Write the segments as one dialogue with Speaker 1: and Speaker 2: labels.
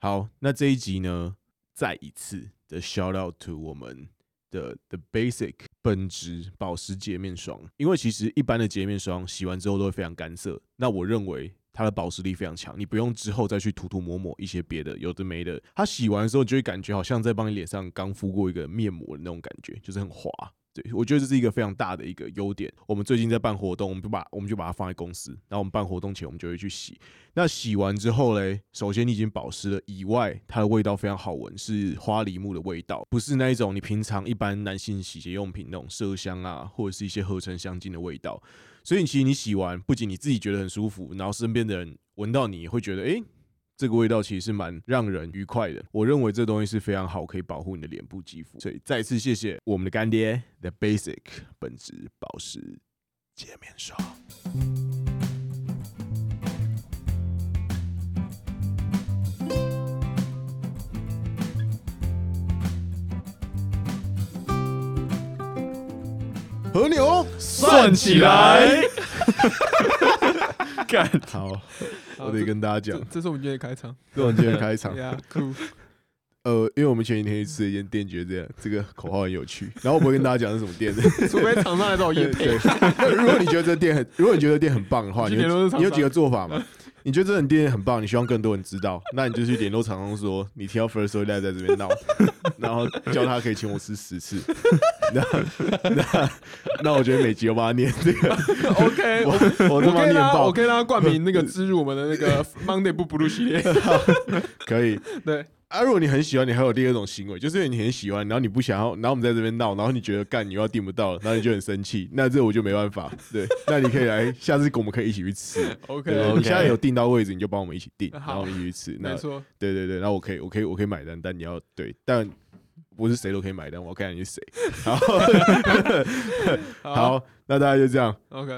Speaker 1: 好，那这一集呢，再一次的 shout out to 我们的 The Basic 本质保湿洁面霜，因为其实一般的洁面霜洗完之后都会非常干涩，那我认为它的保湿力非常强，你不用之后再去涂涂抹抹一些别的有的没的，它洗完的时候你就会感觉好像在帮你脸上刚敷过一个面膜的那种感觉，就是很滑。对，我觉得这是一个非常大的一个优点。我们最近在办活动，我们就把我们就把它放在公司，然后我们办活动前我们就会去洗。那洗完之后嘞，首先你已经保湿了，以外它的味道非常好闻，是花梨木的味道，不是那一种你平常一般男性洗洁用品那种麝香啊，或者是一些合成香精的味道。所以其实你洗完，不仅你自己觉得很舒服，然后身边的人闻到你也会觉得，诶，这个味道其实是蛮让人愉快的。我认为这东西是非常好，可以保护你的脸部肌肤。所以再次谢谢我们的干爹 The Basic 本质保湿洁面霜。和牛
Speaker 2: 算 起来，
Speaker 3: 干，
Speaker 1: 好，
Speaker 2: 好
Speaker 1: 我得跟大家
Speaker 2: 这
Speaker 1: 讲
Speaker 2: 这，这是我们今天的开场，
Speaker 1: 这种今天的开场
Speaker 2: 对，呀，酷，
Speaker 1: 呃，因为我们前几天去吃了一间店，觉得这样这个口号很有趣，然后我不会跟大家讲是什么 店的。
Speaker 2: 除非厂商来找我夜
Speaker 1: 对
Speaker 2: 配
Speaker 1: 对，， 如果你觉得这店很，如果你觉得这店很棒的话，你
Speaker 2: 去
Speaker 1: 有
Speaker 2: 联络
Speaker 1: 几
Speaker 2: 厂商
Speaker 1: 你有几个做法嘛？你觉得这间店很棒，你希望更多人知道，那你就去联络厂商说，你听到 First Story 在这边闹， 然后叫他可以请我吃十次。那那那我觉得每集我帮他念这个，
Speaker 2: OK，我
Speaker 1: 我我他
Speaker 2: 我
Speaker 1: 妈
Speaker 2: 可以
Speaker 1: 念
Speaker 2: 让我
Speaker 1: 爆，
Speaker 2: 可以让他冠名那个植入我们的那个 Monday 不 blue 系列，
Speaker 1: 可以。
Speaker 2: 对，
Speaker 1: 啊，如果你很喜欢，你还有第二种行为，就是你很喜欢，然后你不想要，然后我们在这边闹，然后你觉得干你又要订不到，然后你就很生气，那这我就没办法。对，那你可以来，下次我们可以一起去吃。
Speaker 2: OK，
Speaker 1: 对，
Speaker 3: OK
Speaker 1: 你现在有订到位置，你就帮我们一起订，然
Speaker 2: 好
Speaker 1: 后我们一起去吃。那
Speaker 2: 没错，
Speaker 1: 对对对，那我可以，我可以，我可以买单，但你要对，但不是谁都可以买单，我要看你是谁。 好，
Speaker 2: 好
Speaker 1: 好，那大家就这样。
Speaker 2: ，OK，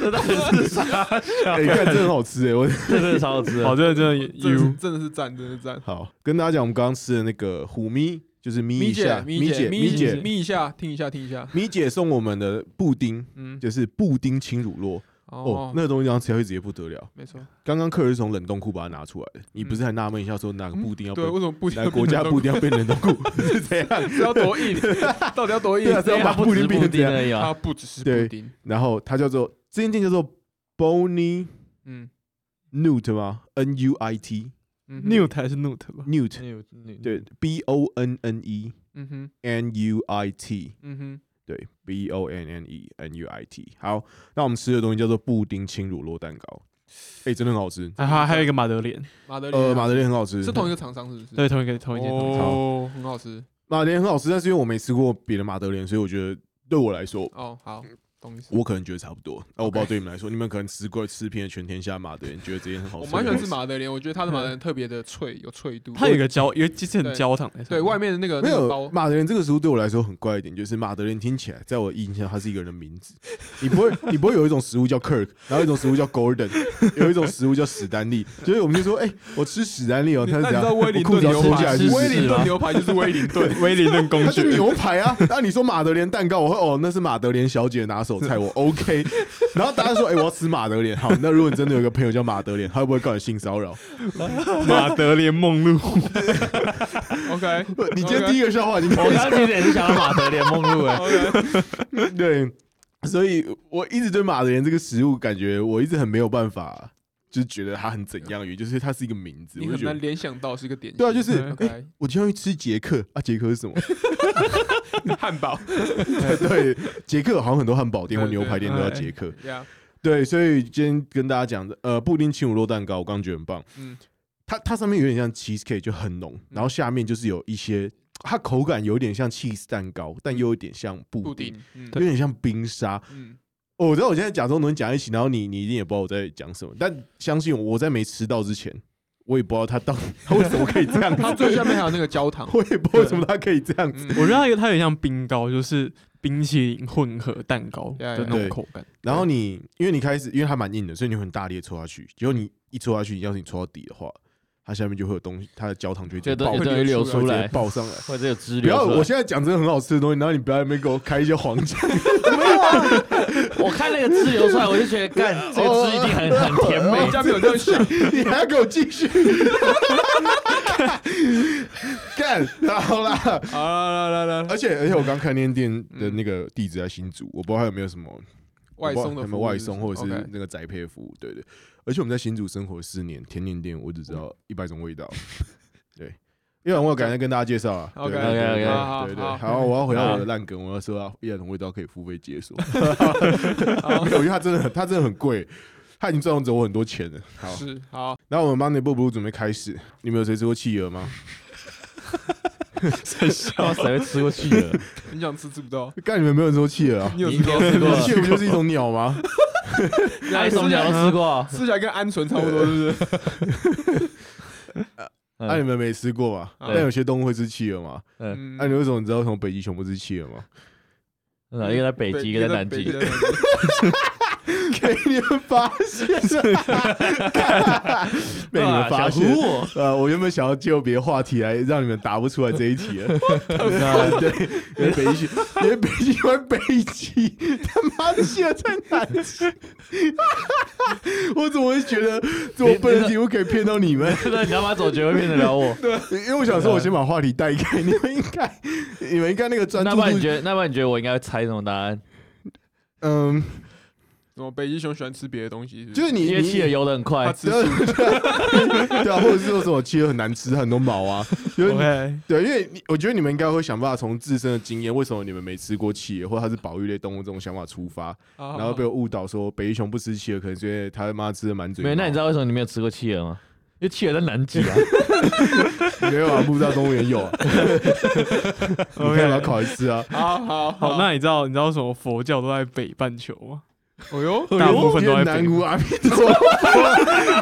Speaker 3: 这到底是啥？
Speaker 1: 哎，看这很好吃哎，我
Speaker 3: 这真的超好吃的，
Speaker 4: 好，这真
Speaker 2: 真
Speaker 4: 的
Speaker 2: 的是
Speaker 4: you
Speaker 2: 真的是赞，真的是赞。
Speaker 1: 好跟大家讲，我们刚刚吃的那个虎咪，就是咪
Speaker 2: 咪
Speaker 1: 一下，
Speaker 2: 姐，
Speaker 1: 咪
Speaker 2: 姐，
Speaker 1: 咪
Speaker 2: 咪
Speaker 1: 姐，
Speaker 2: 咪一下，听一下，听一下，
Speaker 1: 咪姐送我们的布丁，
Speaker 2: 嗯，
Speaker 1: 就是布丁轻乳酪。哦
Speaker 2: 哦，，
Speaker 1: 那个东西然后吃下去直接不得了。
Speaker 2: 没错，
Speaker 1: 刚刚客人是从冷冻库把它拿出来的，你不是还纳闷一下说哪个布丁要被
Speaker 2: 嗯对，为什么不
Speaker 1: 哪个国家布丁要变冷冻库 是这样？
Speaker 2: 是要多硬？到底要多硬？
Speaker 1: 对啊这
Speaker 3: 这
Speaker 4: 哎
Speaker 1: 样
Speaker 3: 它
Speaker 1: 把
Speaker 3: 不
Speaker 1: 布
Speaker 3: 止
Speaker 1: 丁变
Speaker 3: 布
Speaker 1: 成这
Speaker 3: 丁
Speaker 1: 样
Speaker 3: 而已啊
Speaker 2: 它，不只是
Speaker 1: 对
Speaker 2: 布丁，
Speaker 1: 然后它叫做这间店叫做 Bonnie
Speaker 2: 嗯
Speaker 1: Nut 吗？N U I T
Speaker 2: 嗯哼
Speaker 4: newt 还是 newt 吧？
Speaker 1: Nut
Speaker 3: 对，
Speaker 1: 对 B O N N E
Speaker 2: 嗯哼，
Speaker 1: N U I T
Speaker 2: 嗯哼，
Speaker 1: 对 B O N N E N U I T 好，那我们吃的东西叫做布丁轻乳酪蛋糕，哎，真的很好吃。
Speaker 4: 啊，还还有一个马德莲，
Speaker 2: 马德里啊
Speaker 1: 呃，马德莲很好吃，
Speaker 2: 是同一个厂商是不是？
Speaker 4: 对，同一个同一件，同一间
Speaker 2: 哦，很好吃。
Speaker 1: 马德莲很好吃，但是因为我没吃过别的马德莲，所以我觉得对我来说，
Speaker 2: 哦，好，懂意思。
Speaker 1: 我可能觉得差不多。啊那、我不知道对你们来说，你们可能吃过吃遍了全天下马德莲，觉得这些很好
Speaker 2: 我
Speaker 1: 吃。
Speaker 2: 蛮喜欢吃马德莲，我觉得
Speaker 4: 嗯
Speaker 2: 它的马德莲特别的脆，有脆度。
Speaker 4: 它有一个焦，有其实很焦糖的，
Speaker 2: 对外面的那个
Speaker 1: 没
Speaker 2: 那个
Speaker 1: 有
Speaker 2: 包，
Speaker 1: 马德莲这个食物对我来说很怪一点，就是马德莲听起来，在我印象它是一个人的名字。你不会，你不会有一种食物叫 Kirk，然后一种食物叫 Gordon，有一种食物叫史丹利。所以我们就说，哎、我吃史丹利哦，
Speaker 2: 你
Speaker 1: 他
Speaker 2: 那
Speaker 1: 是怎
Speaker 2: 你知
Speaker 1: 样？
Speaker 2: 道威
Speaker 1: 我
Speaker 2: 灵
Speaker 1: 裤
Speaker 2: 顿
Speaker 1: 子要
Speaker 2: 牛
Speaker 1: 脱下
Speaker 2: 排
Speaker 1: 来
Speaker 4: 是
Speaker 1: 不，
Speaker 4: 不是
Speaker 2: 威灵顿
Speaker 4: 吗
Speaker 2: 牛排就是威灵 顿，
Speaker 4: 威灵顿公
Speaker 1: 它是
Speaker 4: 爵，
Speaker 1: 牛排啊！ 然后你说马德莲蛋糕，我会哦，那是马德莲小姐的拿手菜，我 OK。然 后大家说，哎、我要吃马德莲。好，那如果你真的有一个朋友叫马德莲，他会不会告你性骚 扰？
Speaker 4: 马德莲梦露，
Speaker 2: OK
Speaker 1: 不你今天第一个笑话，你
Speaker 3: 我刚刚其实也是想到马德莲梦露哎，
Speaker 2: OK，
Speaker 1: 对，所以我一直对马德莲这个食物感觉，我一直很没有办法，就是觉得它很怎样，也就是它是一个名字，
Speaker 2: 你
Speaker 1: 我就
Speaker 2: 很
Speaker 1: 觉
Speaker 2: 难
Speaker 1: 得。
Speaker 2: 联想到是一个点心。
Speaker 1: 对啊，就是
Speaker 4: 嗯
Speaker 1: 哎、诶
Speaker 2: OK
Speaker 1: 我今天去吃捷克啊，捷克是 什么？
Speaker 2: 汉堡。
Speaker 1: 对，捷克好像很多汉堡店或
Speaker 2: 对对
Speaker 1: 牛排店都要
Speaker 4: 哎
Speaker 1: 捷克。
Speaker 2: Yeah，
Speaker 1: 对，所以今天跟大家讲的，呃，布丁轻乳酪蛋糕，我刚觉得很棒。
Speaker 2: 嗯
Speaker 1: 它它上面有点像 cheese cake，就很浓，然后下面就是有一些，它口感有点像 cheese 蛋糕，但又有点像布
Speaker 2: 布
Speaker 1: 丁，
Speaker 2: 丁。嗯
Speaker 1: 有点像冰沙。
Speaker 2: 嗯，
Speaker 1: 哦，我知道我现在假装能讲一起，然后你你一定也不知道我在讲什么，但相信我，我在没吃到之前，我也不知道它到底它为什么可以这样
Speaker 2: 它
Speaker 1: 子，
Speaker 2: 最下面还有那个焦糖。
Speaker 1: 我也不知道为什么它可以这样子。
Speaker 2: 嗯
Speaker 4: 我觉得它有它有点像冰糕，就是冰淇淋混合蛋糕
Speaker 2: 呀呀
Speaker 4: 的那
Speaker 1: 对
Speaker 4: 种口感。
Speaker 1: 然后你因为你开始因为它蛮硬的，所以你会很大力地戳下去，结果你一戳下去，要是你戳到底的话，它下面就会有东西，它的焦糖就会直接
Speaker 3: 这东
Speaker 1: 爆
Speaker 3: 西会流出
Speaker 1: 会直
Speaker 3: 来
Speaker 1: 接，爆上来。
Speaker 3: 或者有支
Speaker 1: 不
Speaker 3: 流
Speaker 1: 要，
Speaker 3: 出来。
Speaker 1: 我现在讲这个很好吃的东西，然后你不要在那边给我开一些黄腔。
Speaker 3: 我看那个汁流出来，我就觉得干这个汁一定很很甜 美
Speaker 2: 人。家没有这样 想，
Speaker 1: 你还要给我继续？ 干，好啦！
Speaker 2: 好啦啦啦啦，
Speaker 1: 而且而且，我刚开那间店的那个地址在新竹，我不知道还有没有什么
Speaker 2: 外送的
Speaker 1: 有没
Speaker 2: 服
Speaker 1: 有
Speaker 2: 务
Speaker 1: 外送或者是
Speaker 2: OK
Speaker 1: 那个宅配服务，对对。而且我们在新竹生活四年，甜点店我只知
Speaker 2: 嗯
Speaker 1: 道一百种味 道，对。一百种味道改天跟大家介绍啊。对
Speaker 2: OK，
Speaker 1: 对对
Speaker 3: OK，OK，
Speaker 1: 对
Speaker 2: 好
Speaker 1: 对对。
Speaker 2: 好
Speaker 1: 好，我要回到
Speaker 3: 好
Speaker 1: 我的烂梗，我要说啊，一百种味道可以付费解 锁。没有，因为它真的很，它真的很贵，它已经赚走我很多钱了。好，
Speaker 2: 是好，
Speaker 1: 那我们 Monday Blue Blue 准备开始，你们有谁吃过企鹅 吗？
Speaker 3: 谁笑？谁会吃过去的？
Speaker 2: 你想吃吃不到，
Speaker 1: 干，你们没有人说企鹅 啊？
Speaker 2: 你有
Speaker 3: 你
Speaker 2: 吃
Speaker 3: 应
Speaker 2: 过
Speaker 3: 该
Speaker 1: 企
Speaker 3: 吃过
Speaker 1: 鹅不就是一种鸟吗？
Speaker 3: 哪一种鸟都吃过？
Speaker 2: 吃起来跟鹌鹑差不多，是不是？
Speaker 1: 那、啊你们没吃过嘛？
Speaker 2: 嗯
Speaker 1: 但有些动物会吃企鹅嘛？啊
Speaker 3: 嗯
Speaker 1: 那、你为什么知道从北极熊不吃企鹅吗？
Speaker 3: 嗯，一个在北极，一个在南
Speaker 2: 北
Speaker 3: 极
Speaker 2: 极。在南极
Speaker 1: 给你们发 现了，被你们发现
Speaker 3: 啊。小胡
Speaker 1: 呃，我原本想要就别的话题来让你们答不出来这一题 了。
Speaker 3: 那
Speaker 1: 对，因为北极 熊，因为北极熊在北极，他妈的现在在 南极。我怎么会觉得这么笨的题目可以骗到你们？
Speaker 3: 那你他妈总觉得会骗得了我？
Speaker 1: 因为我想说，我先把话题带开，你们应该，你们应该那个专
Speaker 3: 那
Speaker 1: 注
Speaker 3: 不然你
Speaker 1: 度，
Speaker 3: 觉得？那不然你觉得我应该猜什么答案？
Speaker 1: 嗯，
Speaker 2: 怎么北极熊喜欢吃别的东西？不
Speaker 1: 就是你
Speaker 3: 因为
Speaker 1: 你
Speaker 3: 企鹅游得很快
Speaker 2: 它，吃 素
Speaker 1: 对啊，或者是说什么企鹅很难吃，很多毛啊，因为
Speaker 4: OK，
Speaker 1: 对，因为你我觉得你们应该会想办法从自身的经验，为什么你们没吃过企鹅，或者它是保育类动物这种想法出发，
Speaker 4: 哦
Speaker 1: 然后被我误导说北极熊不吃企鹅，可能是因为它妈吃的满嘴毛。
Speaker 3: 没有？那你知道为什么你没有吃过企鹅吗？因为企鹅在南极啊。
Speaker 1: 没有啊？木栅动物园 有啊，你可以把它烤一次啊。
Speaker 2: 好好好，
Speaker 4: 好，那你知道你知道什么佛教都在北半球吗？
Speaker 2: 哦哟，
Speaker 4: 大部分都在
Speaker 1: 南
Speaker 4: 北
Speaker 1: 无阿弥陀 佛，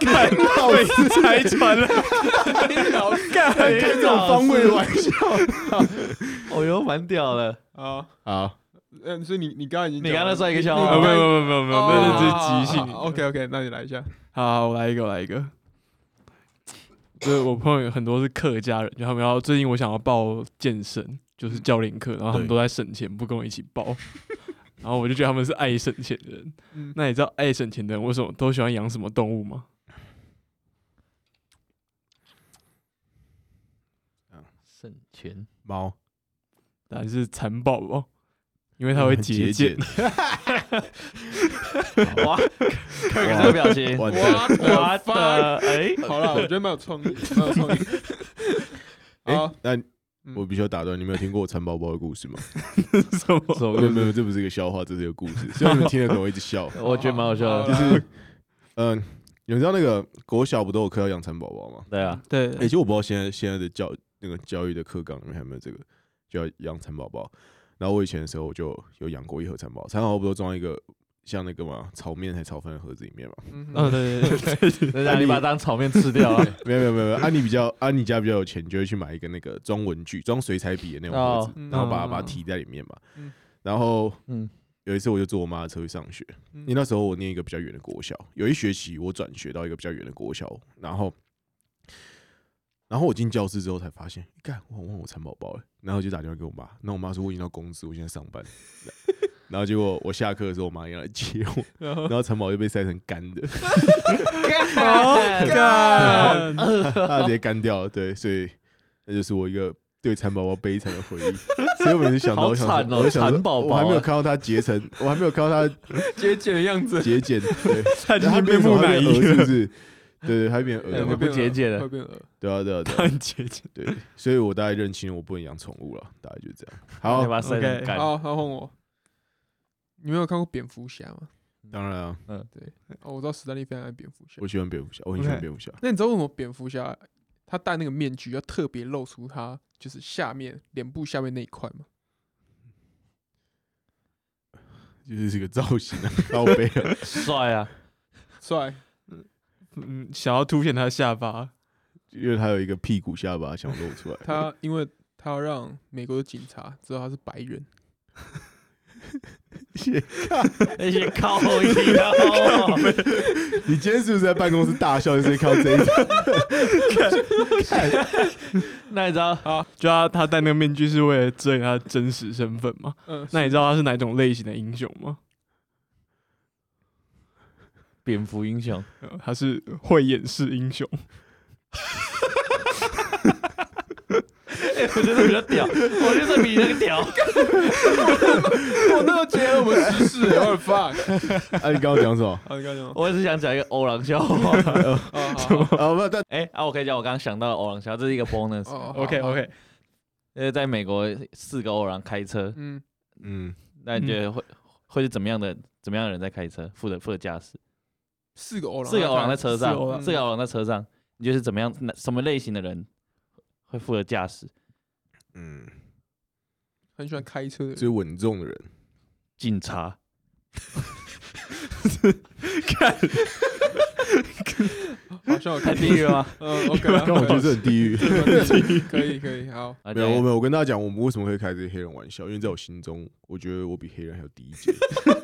Speaker 1: 看 到
Speaker 4: 被 拆穿了，哎
Speaker 1: 还开这种方位的玩笑。
Speaker 3: 哦哟，蛮屌的。
Speaker 2: 啊，
Speaker 1: 好，
Speaker 2: 嗯，所以你你刚刚已经
Speaker 3: 你
Speaker 2: 讲
Speaker 3: 刚
Speaker 2: 了
Speaker 3: 才算一个笑
Speaker 2: 你
Speaker 3: 话
Speaker 4: 啊，
Speaker 2: 你
Speaker 4: 没
Speaker 2: 刚
Speaker 4: 有
Speaker 2: 刚哦
Speaker 4: 没有没有没有，那是即兴。
Speaker 2: OK OK，那你来一下。
Speaker 4: 好，我来一个，我来一个。就是我朋友有很多是客家人，就他们要最近我想要报健身，就是教练课，然后他
Speaker 1: 嗯
Speaker 4: 们
Speaker 1: 对
Speaker 4: 都在省钱，不跟我一起 报。然后我就觉得他们是爱省钱的人。
Speaker 2: 嗯，
Speaker 4: 那你知道爱省钱的人为什么都喜欢养什么动物吗？
Speaker 3: 省钱。
Speaker 1: 猫
Speaker 4: 答案是蚕宝宝，因为它
Speaker 1: 嗯
Speaker 4: 会节俭。。
Speaker 3: 哇，看看这个表情。
Speaker 1: 完蛋，
Speaker 2: 哇，
Speaker 3: 我
Speaker 2: 我发，
Speaker 3: 的哎，
Speaker 2: 好了，我觉得蛮有创意，蛮有创意。
Speaker 1: 哎
Speaker 2: 好，，
Speaker 1: 那
Speaker 2: 嗯
Speaker 1: 我必须要打断，你们有听过我蚕宝宝的故事吗？
Speaker 4: 什么？
Speaker 3: 什么
Speaker 1: 哦没有没有，这不是一个笑话，这是一个故事。虽然你们听得懂，我一直笑。
Speaker 3: 我觉得蛮好笑
Speaker 2: 好
Speaker 1: 就。
Speaker 3: 的
Speaker 2: 啦
Speaker 1: 是，嗯，你们知道那个国小不都有课要养蚕宝宝吗？
Speaker 3: 对 啊，
Speaker 4: 对，
Speaker 1: 哎、其实我不知道现在现在的教那个教育的课纲里面还有没有这个，就要养蚕宝宝。然后我以前的时候我就有养过一盒蚕宝宝，蚕宝宝不都装在一个像那个嘛炒面还炒饭的盒子里面嘛？
Speaker 4: 嗯，
Speaker 2: 嗯，
Speaker 4: 对对对，
Speaker 3: 人家你把它当炒面吃掉啊 了。
Speaker 1: 没有没有没有没有，安、妮比较安、妮家比较有钱，就会去买一个那个装文具、装水彩笔的那种盒子，
Speaker 2: 哦
Speaker 1: 然后把它
Speaker 4: 嗯
Speaker 1: 把它提在里面嘛。
Speaker 2: 嗯
Speaker 1: 然后
Speaker 3: 嗯，
Speaker 1: 有一次我就坐我妈的车去上学，因为那时候我念一个比较远的国小，有一学期我转学到一个比较远的国小，然后，然后我进教室之后才发现，干，我忘我蚕宝宝了，然后我就打电话给我妈，那我妈说我已经到公司，我现在上班，然后结果我下课的时候，我妈也来接 我，
Speaker 2: 然后
Speaker 1: 然后蚕宝宝就被晒成干的，
Speaker 4: 干
Speaker 1: 它直接干掉了，对，所以那就是我一个。对蚕宝宝悲惨的回忆，所以我每次想到，
Speaker 3: 好
Speaker 1: 我想
Speaker 3: 惨
Speaker 1: 说，
Speaker 3: 哦
Speaker 1: 我就想说
Speaker 3: 蚕宝宝
Speaker 1: 我还没有
Speaker 3: 啊
Speaker 1: 看到它结成，我还没有看到它
Speaker 2: 节俭的样子，
Speaker 1: 节俭，对，
Speaker 4: 它已
Speaker 1: 他
Speaker 4: 经
Speaker 1: 变
Speaker 4: 变
Speaker 1: 成
Speaker 4: 木
Speaker 1: 他
Speaker 4: 乃
Speaker 1: 变鹅
Speaker 4: 伊
Speaker 1: 是不
Speaker 4: 了，
Speaker 1: 是？对对，他变鹅
Speaker 3: 对
Speaker 1: 嘛
Speaker 3: 会，不节俭的
Speaker 2: 哎会变鹅。
Speaker 1: 对啊对啊对
Speaker 4: 它
Speaker 1: 啊
Speaker 4: 很节俭。
Speaker 1: 对，所以我大概认清了我不能养宠物了，大概就是这样。
Speaker 3: 你
Speaker 1: 好，
Speaker 3: 把它晒成
Speaker 4: OK，
Speaker 3: 干。
Speaker 2: 好，好，换我。你没有看过蝙蝠侠吗？
Speaker 1: 当然啊，
Speaker 2: 哦，我知道史丹利非常爱蝙蝠侠
Speaker 1: 我。喜欢蝙蝠侠，我很喜欢
Speaker 4: OK
Speaker 1: 蝙蝠侠。
Speaker 2: 那你知道为什么蝙蝠侠他戴那个面具要特别露出他就是下面脸部下面那一块吗？
Speaker 1: 就是这个造型啊，高背啊，
Speaker 3: 帅啊！
Speaker 2: 帅，
Speaker 4: 嗯，想要凸显它的下巴。
Speaker 1: 因为他有一个屁股下巴想露 出来。
Speaker 2: 他因为他要让美国的警察知道他是白人，
Speaker 3: 那些靠后一定要哦
Speaker 1: 你今天是不是在办公室大笑？就是靠这一招？
Speaker 3: 那你知道
Speaker 4: 就他他戴那个面具是为了遮掩他的真实身份嘛？
Speaker 2: 嗯，
Speaker 4: 那你知道他是哪种类型的英雄吗？
Speaker 3: 蝙蝠英雄
Speaker 4: 呃他是会掩饰英雄，
Speaker 3: 哎、 我觉得比较屌，我觉得比你那个 屌。
Speaker 2: 我那个结合我们时事，我很 fuck。
Speaker 1: 啊，你刚刚讲什么？
Speaker 2: 好，你刚讲
Speaker 3: 我也是想讲一个欧郎笑话。
Speaker 2: 哦好好
Speaker 1: 啊，不，但
Speaker 3: 哎、啊，我可以讲我刚刚想到的欧郎笑话，这是一个 bonus。
Speaker 2: 哦
Speaker 4: OK OK，
Speaker 3: 呃，在美国四个欧郎开车，
Speaker 2: 嗯，
Speaker 1: 嗯，
Speaker 3: 那你觉得会、会是怎么样的怎么样的人在开车？负责负责驾驶，
Speaker 2: 四个欧郎，
Speaker 3: 四个欧郎在车
Speaker 4: 四个欧
Speaker 3: 上，
Speaker 2: 郎
Speaker 3: 四个欧郎在车上，你觉得是怎么样？那什么类型的人会负责驾驶？
Speaker 1: 嗯，
Speaker 2: 很喜欢开车的人，
Speaker 1: 最稳重的人，
Speaker 3: 警 察。
Speaker 2: 好像有
Speaker 3: 看
Speaker 2: 看
Speaker 3: 地狱哦吗？
Speaker 2: 嗯
Speaker 1: 但我觉得
Speaker 2: ，OK，
Speaker 1: 这很地 狱。
Speaker 2: 可以可以，好，
Speaker 3: 啊
Speaker 1: 没有，我
Speaker 3: 对
Speaker 1: 们我跟大家讲，我们为什么会开这些黑人玩笑，因为在我心中，我觉得我比黑人还有低一阶，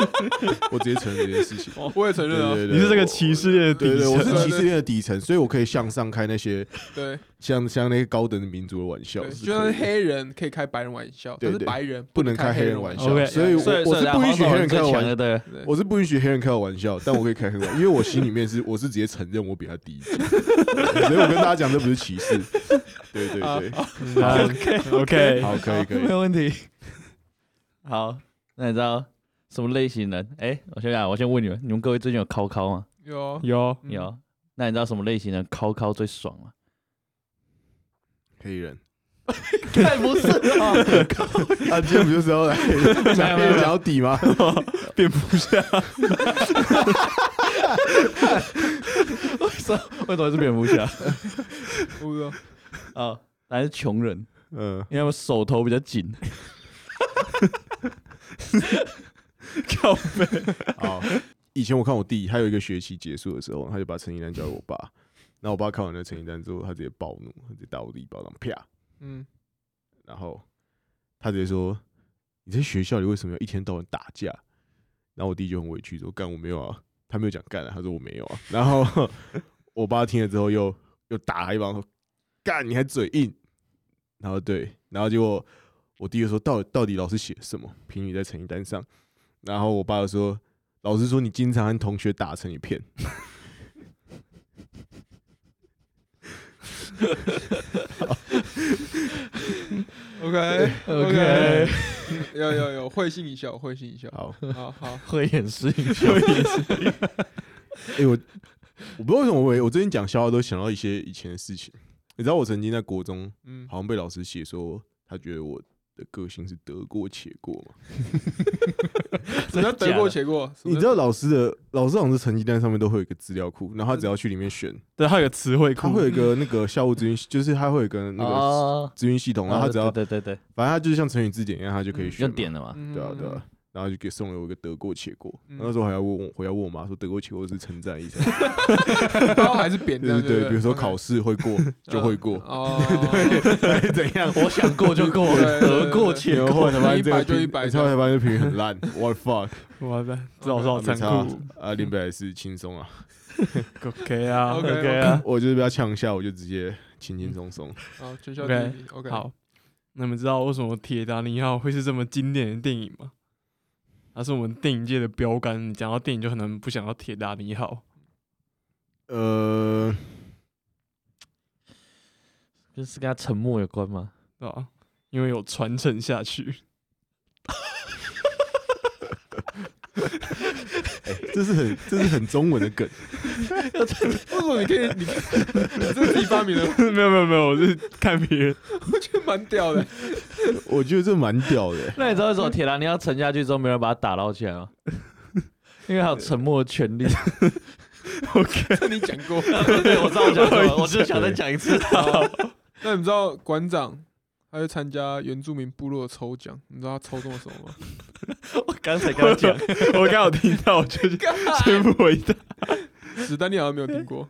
Speaker 1: 我直接承认这件事情。
Speaker 2: 我也承
Speaker 1: 对
Speaker 2: 认啊，
Speaker 1: 对对，
Speaker 4: 你是这个
Speaker 1: 我
Speaker 4: 歧视链的
Speaker 1: 对
Speaker 4: 底
Speaker 1: 对，
Speaker 4: 层
Speaker 1: 我是
Speaker 2: 对
Speaker 1: 歧视链的底层，所以我可以向上开那些
Speaker 2: 对
Speaker 1: 像像那些高等民族的玩笑，
Speaker 2: 对，
Speaker 1: 是
Speaker 2: 就
Speaker 1: 可
Speaker 2: 算
Speaker 1: 以
Speaker 2: 是黑人可以开白人玩笑，
Speaker 1: 对
Speaker 2: 但是
Speaker 1: 对
Speaker 2: 白人
Speaker 1: 不能开黑
Speaker 2: 黑
Speaker 1: 人
Speaker 2: 人
Speaker 1: 玩
Speaker 4: 玩
Speaker 1: 笑，
Speaker 4: 笑
Speaker 1: 所以我
Speaker 3: 所以所
Speaker 1: 我
Speaker 3: 以
Speaker 1: 是不允许黑人开
Speaker 3: 最强
Speaker 1: 玩
Speaker 3: 的对了，
Speaker 2: 对
Speaker 1: 我是不允许黑人开我玩笑，但我可以开黑玩笑， 因为我心里面是我是直接承认我比他低一级， 所以我跟大家讲这不是歧视，对对对，
Speaker 4: ，OK OK，
Speaker 1: 好，可以可以，
Speaker 3: 有问题。好，那你知道什么类型人？哎、我先讲，我先问你们，你们各位最近有考考吗？
Speaker 2: 有
Speaker 4: 有
Speaker 2: 嗯
Speaker 3: 有。那你知道什么类型人考考最爽吗？
Speaker 1: 黑人，
Speaker 3: 太不是 啊！
Speaker 1: 啊，今天不就是要来 讲黑人讲到底吗？
Speaker 4: 蝙蝠侠，
Speaker 3: 为什么为什么是蝙蝠 侠？
Speaker 2: 不知道
Speaker 3: 啊，还是穷人，
Speaker 1: 嗯，
Speaker 3: 因为他们手头比较紧。
Speaker 4: 靠背，
Speaker 1: 好，以前我看我弟，他有一个学期结束的时候，他就把成绩单交给我爸，然后我爸看完那成绩单之后，他直接暴怒，他直接打我弟一巴掌，啪，
Speaker 2: 嗯，
Speaker 1: 然后他直接说：“你在学校里为什么要一天到晚打架？”然后我弟就很委屈说：“干我没有啊。”他没有讲干啊，他说我没有啊。然后我爸听了之后又又打他一巴，说：“干你还嘴硬。”然后对，然后结果我弟就说：“到底到底老师写什么评语在成绩单上？”然后我爸就说：“老师说你经常和同学打成一片。”
Speaker 2: ，OK
Speaker 4: OK
Speaker 2: 有有有，会心一笑，会心一笑，
Speaker 1: 好，
Speaker 2: 好好，
Speaker 3: 会演示
Speaker 1: 哎、我我不知道为什么我我最近讲笑话都想到一些以前的事情。你知道我曾经在国中
Speaker 2: 嗯，
Speaker 1: 好像被老师写说他觉得我的个性是得过且过嘛。
Speaker 2: 什么叫得过且过？
Speaker 1: 你知道老师的老师好像是成绩单上面都会有一个资料库，然后他只要去里面选，
Speaker 4: 对，他有个词汇
Speaker 1: 他
Speaker 4: 库，
Speaker 1: 会有一个那个校务咨询，就是他会有一个那个
Speaker 3: 哦，
Speaker 1: 咨询系统，然后他只要
Speaker 3: 对对对，
Speaker 1: 反正他就是像成语字典一样，他就可以
Speaker 2: 嗯
Speaker 1: 选
Speaker 3: 用
Speaker 1: 嘛
Speaker 3: 点了嘛。
Speaker 2: 嗯
Speaker 1: 对啊对啊，，然后就给送了我一个得过且过。
Speaker 2: 嗯
Speaker 1: 那时候还要问我，我要问我妈说得过且过是称赞意 思，
Speaker 2: 然嗯后还是 扁
Speaker 1: 对
Speaker 2: 的，
Speaker 1: 对
Speaker 2: 对
Speaker 1: 对，嗯
Speaker 2: 不，
Speaker 1: 比如说
Speaker 2: OK
Speaker 1: 考试会过就会 过，
Speaker 2: 哦，
Speaker 1: 怎样？
Speaker 3: 我想过就过，
Speaker 2: 对对对
Speaker 3: 得过且
Speaker 1: 然后
Speaker 3: 过
Speaker 1: 我才
Speaker 3: 的嘛。
Speaker 1: 发现这个
Speaker 2: 100就
Speaker 1: 评
Speaker 2: 100
Speaker 1: 你才才发现这评语很烂，what fuck？
Speaker 4: 哇塞，这老师好
Speaker 1: 没
Speaker 4: 残
Speaker 1: 差
Speaker 4: 酷
Speaker 1: 啊，林北还是轻松啊，
Speaker 4: ，OK 啊
Speaker 2: OK，
Speaker 4: ，OK 啊，
Speaker 1: 我就是被他呛一下，我就直接轻轻松 松。
Speaker 2: 好，全校第
Speaker 4: OK，
Speaker 2: 一，OK，，
Speaker 4: 好，那你们知道为什么《铁达尼号》会是这么经典的电影吗？它是我们电影界的标杆。你讲到电影，就很难不想到《铁达尼号
Speaker 1: 呃，
Speaker 3: 就是跟他沉默有关吗？》，
Speaker 4: 对吧？因为有传承下去。
Speaker 1: 呃这是很这是很中文的梗，
Speaker 2: 为什么你可以，你你这是自己发明的，
Speaker 4: 没有没有没有，我是看别人。
Speaker 2: 我觉得蛮屌的，
Speaker 1: 我觉得这蛮屌的。
Speaker 3: 那你知道为什么铁达尼要沉下去之后没人把它打捞起来吗？因为还有沉默的权利。
Speaker 2: 这你讲过。
Speaker 3: 对，我知道我讲什么， 我就想再讲一次。
Speaker 2: 那你知道馆长他去参加原住民部落抽奖，你知道他抽中了什么吗？
Speaker 3: 我刚才跟他讲，
Speaker 4: 我刚有听到，我就是先不回答。
Speaker 2: 史丹利好像没有听过，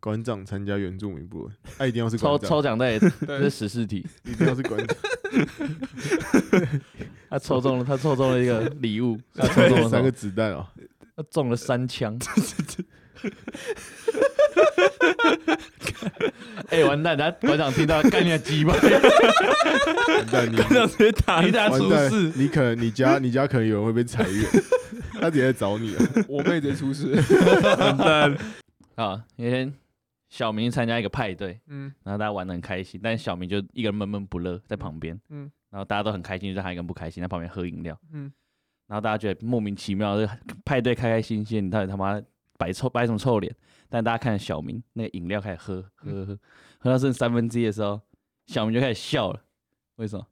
Speaker 1: 馆长参加原住民部落，他一定要是
Speaker 3: 抽
Speaker 1: 馆长，
Speaker 3: 抽奖对，这
Speaker 2: 对
Speaker 3: 是，十四题。
Speaker 1: 一定要是馆长。
Speaker 3: 他抽中了，他抽中了一个礼物， 他抽中
Speaker 1: 对
Speaker 3: 了
Speaker 1: 三个
Speaker 3: 什么
Speaker 1: 子弹哦，
Speaker 3: 他中了三枪。哎、完蛋！他馆长听到，干你的鸡巴！
Speaker 1: 完 蛋你
Speaker 4: 这样直接打
Speaker 3: 你
Speaker 4: 一
Speaker 3: 打
Speaker 4: 打
Speaker 3: 出
Speaker 1: 完
Speaker 4: 出
Speaker 1: 蛋
Speaker 4: 事，，
Speaker 1: 你可能你家你家可能有人会被裁员， 他直接来找你了。
Speaker 2: 我妹直接出事。
Speaker 4: 完蛋，
Speaker 3: 啊，那天小明参加一个派对，
Speaker 2: 嗯
Speaker 3: 然后大家玩的很开心，但小明就一个人闷闷不乐在旁边，
Speaker 2: 嗯
Speaker 3: 然后大家都很开心，就他一个人不开心，在旁边喝饮料，
Speaker 2: 嗯，
Speaker 3: 然后大家觉得莫名其妙，这派对开开心心，你到底他妈摆臭摆什么臭脸？但大家看小明那个饮料开始喝
Speaker 2: 嗯
Speaker 3: 喝喝喝，喝到剩三分之一的时候，小明就开始笑了，为什么？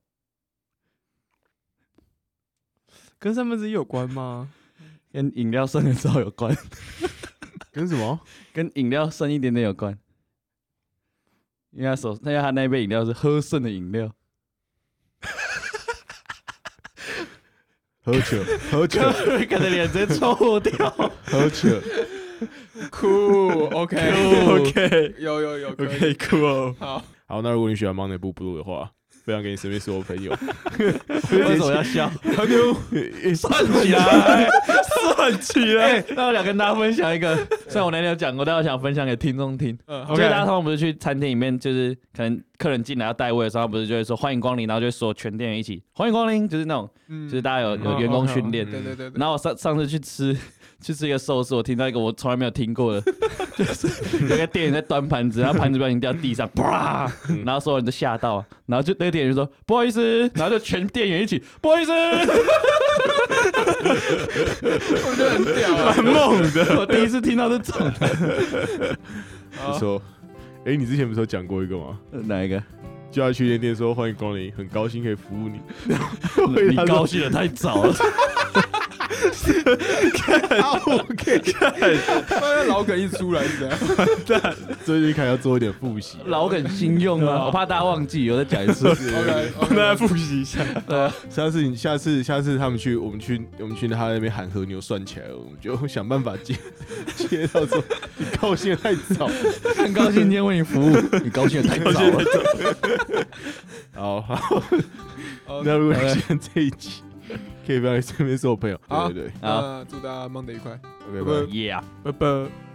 Speaker 4: 跟三分之一有关吗？
Speaker 3: 跟饮料剩的时候有关，
Speaker 1: 跟什么？
Speaker 3: 跟饮料剩一点点有关，因为他手，因为他那杯饮料是喝剩的饮 料。
Speaker 1: 喝酒，喝酒，
Speaker 3: 看着脸直接抽掉。
Speaker 1: 喝酒。
Speaker 2: 酷，OK
Speaker 3: 哦
Speaker 4: OK
Speaker 2: 有有有可以
Speaker 4: OK，酷哦，
Speaker 2: 好，
Speaker 1: 好，那如果你喜欢 Monday Blue Blue 的话，分享给你身边所有 朋友。
Speaker 3: 为什么要笑？
Speaker 1: 很牛，
Speaker 3: 算起来，哎
Speaker 4: 算起 来。
Speaker 3: 那我想跟大家分享一个，虽然我那天有讲过，但我想分享给听众听。
Speaker 2: 嗯
Speaker 3: 就
Speaker 4: OK
Speaker 3: 是呃大家通常不是去餐厅里面，就是可能客人进来要带位的时候，他不是就会说欢迎光临，然后就会说全店员一起欢迎光临，就是那种，
Speaker 2: 嗯
Speaker 3: 就是大家有
Speaker 1: 嗯
Speaker 3: 有员工训练
Speaker 1: 嗯。
Speaker 2: 对对对对，
Speaker 3: 然后我上上次去吃去吃一个寿司，我听到一个我从来没有听过的， 就是有个店员在端盘子，然后盘子不小心掉地上，啪， 然后所有人都吓到，然后就那个店员就说不好意思，然后就全店员一起不 好意思，
Speaker 2: 我觉得很屌 啊。
Speaker 3: 梦的，我第一次听到这种的，
Speaker 1: 不错。哎，你之前不是有讲过一个吗？
Speaker 3: 哪一个？
Speaker 1: 就要去夜店说欢迎光临，很高兴可以服务你。
Speaker 3: 你高兴的太早 了，
Speaker 1: OK，
Speaker 2: 那老梗一出来是这样，
Speaker 1: 最近开始要做一点复习。
Speaker 3: 老梗新用啊，我怕大家忘记，我再讲一 次。啊
Speaker 2: OK，
Speaker 4: 帮大家复习一 下，
Speaker 1: 下次你下次下次他们去我们去我们去他那边喊和牛算起来，我们就想办法接 接到说你高兴得太早。
Speaker 3: 很高兴今天为你服务， 你高兴的太早了。
Speaker 1: 好，好，
Speaker 2: 好
Speaker 1: 那如果你喜欢这一集，可以不要身边所有朋友。
Speaker 2: 好
Speaker 1: 对对
Speaker 3: 好
Speaker 2: 那祝大家忙得愉快。
Speaker 1: 对，拜拜。
Speaker 3: ，Yeah。
Speaker 4: 拜拜。